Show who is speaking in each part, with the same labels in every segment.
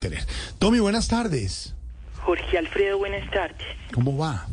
Speaker 1: tener. Tommy, buenas tardes.
Speaker 2: Jorge Alfredo, buenas tardes.
Speaker 1: ¿Cómo va?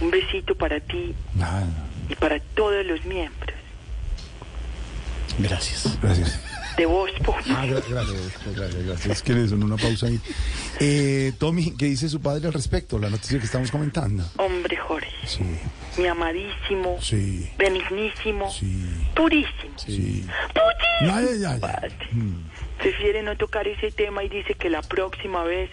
Speaker 2: Un besito para ti
Speaker 1: Nada.
Speaker 2: y para todos los miembros
Speaker 1: Gracias. Gracias.
Speaker 2: de Voz Populi.
Speaker 1: Ah, gra- gracias, gracias, gracias. Es que le sonó una pausa ahí. Eh, Tommy, ¿qué dice su padre al respecto? La noticia que estamos comentando.
Speaker 2: Hombre Jorge,
Speaker 1: Sí,
Speaker 2: mi amadísimo,
Speaker 1: sí,
Speaker 2: benignísimo,
Speaker 1: sí,
Speaker 2: purísimo.
Speaker 1: sí.
Speaker 2: ¡Puti!
Speaker 1: Ya, ya, ya, ya.
Speaker 2: Padre. Prefiere no tocar ese tema y dice que la próxima vez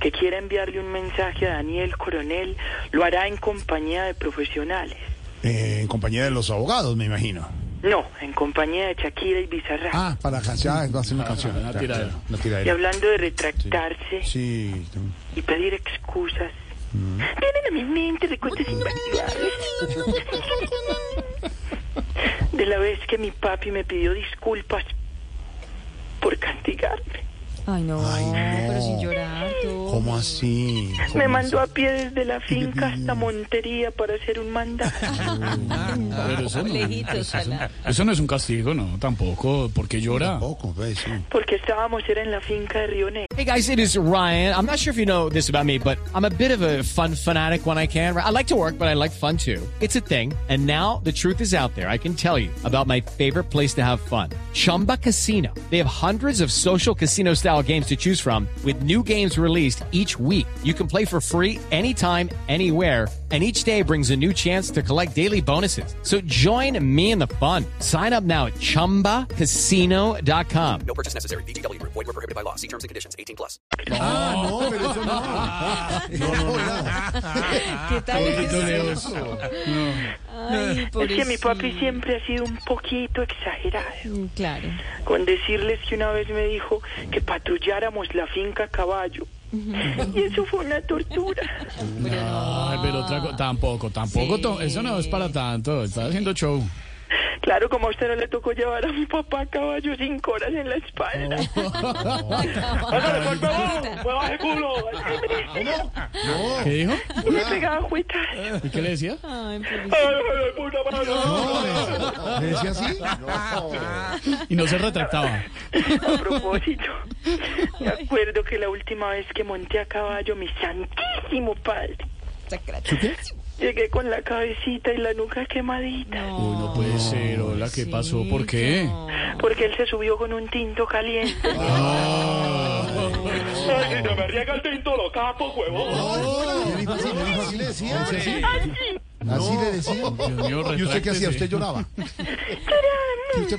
Speaker 2: que quiera enviarle un mensaje a Daniel Coronel lo hará en compañía de profesionales.
Speaker 1: Eh, en compañía de los abogados, me imagino.
Speaker 2: No, en compañía de Shakira y Bizarra.
Speaker 1: Ah, para canción, va a ser una canción.
Speaker 3: una
Speaker 1: Ya,
Speaker 3: tiradera.
Speaker 1: ya, Una
Speaker 2: Y
Speaker 1: tiradera.
Speaker 2: hablando de retractarse,
Speaker 1: Sí. Tommy.
Speaker 2: y pedir excusas. Vienen a mi mente recuerdos invaluables. De la vez que mi papi me pidió disculpas por castigarme.
Speaker 4: Ay no,
Speaker 1: Ay, no.
Speaker 4: pero sin llorar. todo.
Speaker 1: ¿Cómo así? ¿Cómo
Speaker 2: Me
Speaker 1: así?
Speaker 2: mandó a pie desde la
Speaker 1: te
Speaker 2: finca
Speaker 1: pidió?
Speaker 2: hasta Montería para hacer un mandato.
Speaker 3: Pero eso no,
Speaker 4: Lejitos,
Speaker 3: eso,
Speaker 4: ojalá.
Speaker 3: eso no es un castigo, no, tampoco, porque llora.
Speaker 1: Tampoco, pues, sí.
Speaker 2: Porque estábamos, era en la finca de Río Negro.
Speaker 5: Hey guys, it is Ryan. I'm not sure if you know this about me, but I'm a bit of a fun fanatic when I can. I like to work, but I like fun too. It's a thing. And now the truth is out there. I can tell you about my favorite place to have fun Chumba Casino. They have hundreds of social casino style games to choose from, with new games released each week. You can play for free anytime, anywhere. And each day brings a new chance to collect daily bonuses. So join me in the fun. Sign up now at chumbacasino.com.
Speaker 6: No purchase necessary. VGW Group. Void were prohibited by law. See terms and conditions. 18 plus.
Speaker 1: Ah, no, pero eso no. No, no, no.
Speaker 4: ¿Qué tal es
Speaker 3: Poquito de
Speaker 4: eso?
Speaker 3: oso.
Speaker 4: Ay,
Speaker 2: Es que mi papi
Speaker 4: pobrecito.
Speaker 2: siempre ha sido un poquito exagerado.
Speaker 4: Mm, Claro.
Speaker 2: Con decirles que una vez me dijo que patrulláramos la finca a caballo. Y eso fue una tortura.
Speaker 3: Ay, pero otra co- tampoco, tampoco, to- eso no es para tanto, está haciendo show.
Speaker 2: Claro, como a usted no le tocó llevar a mi papá a caballo cinco horas en la espalda. Hágale, por favor, mueva ese culo. Ay, qué triste.
Speaker 3: ¿Qué dijo?
Speaker 2: Y Me pegaba juetas. Ay,
Speaker 3: ¿Y qué le decía?
Speaker 4: Ay, pobrecito.
Speaker 2: ay, puta madre.
Speaker 1: ¿Le decía así?
Speaker 3: Y no se retractaba.
Speaker 2: A propósito, me acuerdo que la última vez que monté a caballo, mi santísimo padre, llegué con la cabecita y la nuca quemadita,
Speaker 3: Uy, no puede ser, hola, ¿qué pasó? ¿Por qué?
Speaker 2: porque él se subió con un tinto caliente. Ay, si te me riega el tinto, lo capo, huevón.
Speaker 1: Le dijo así, le dijo así, le decía. Así le decía.
Speaker 3: Dios mío,
Speaker 1: ¿Y usted qué hacía?
Speaker 3: retráctese.
Speaker 1: ¿Usted lloraba? Y usted-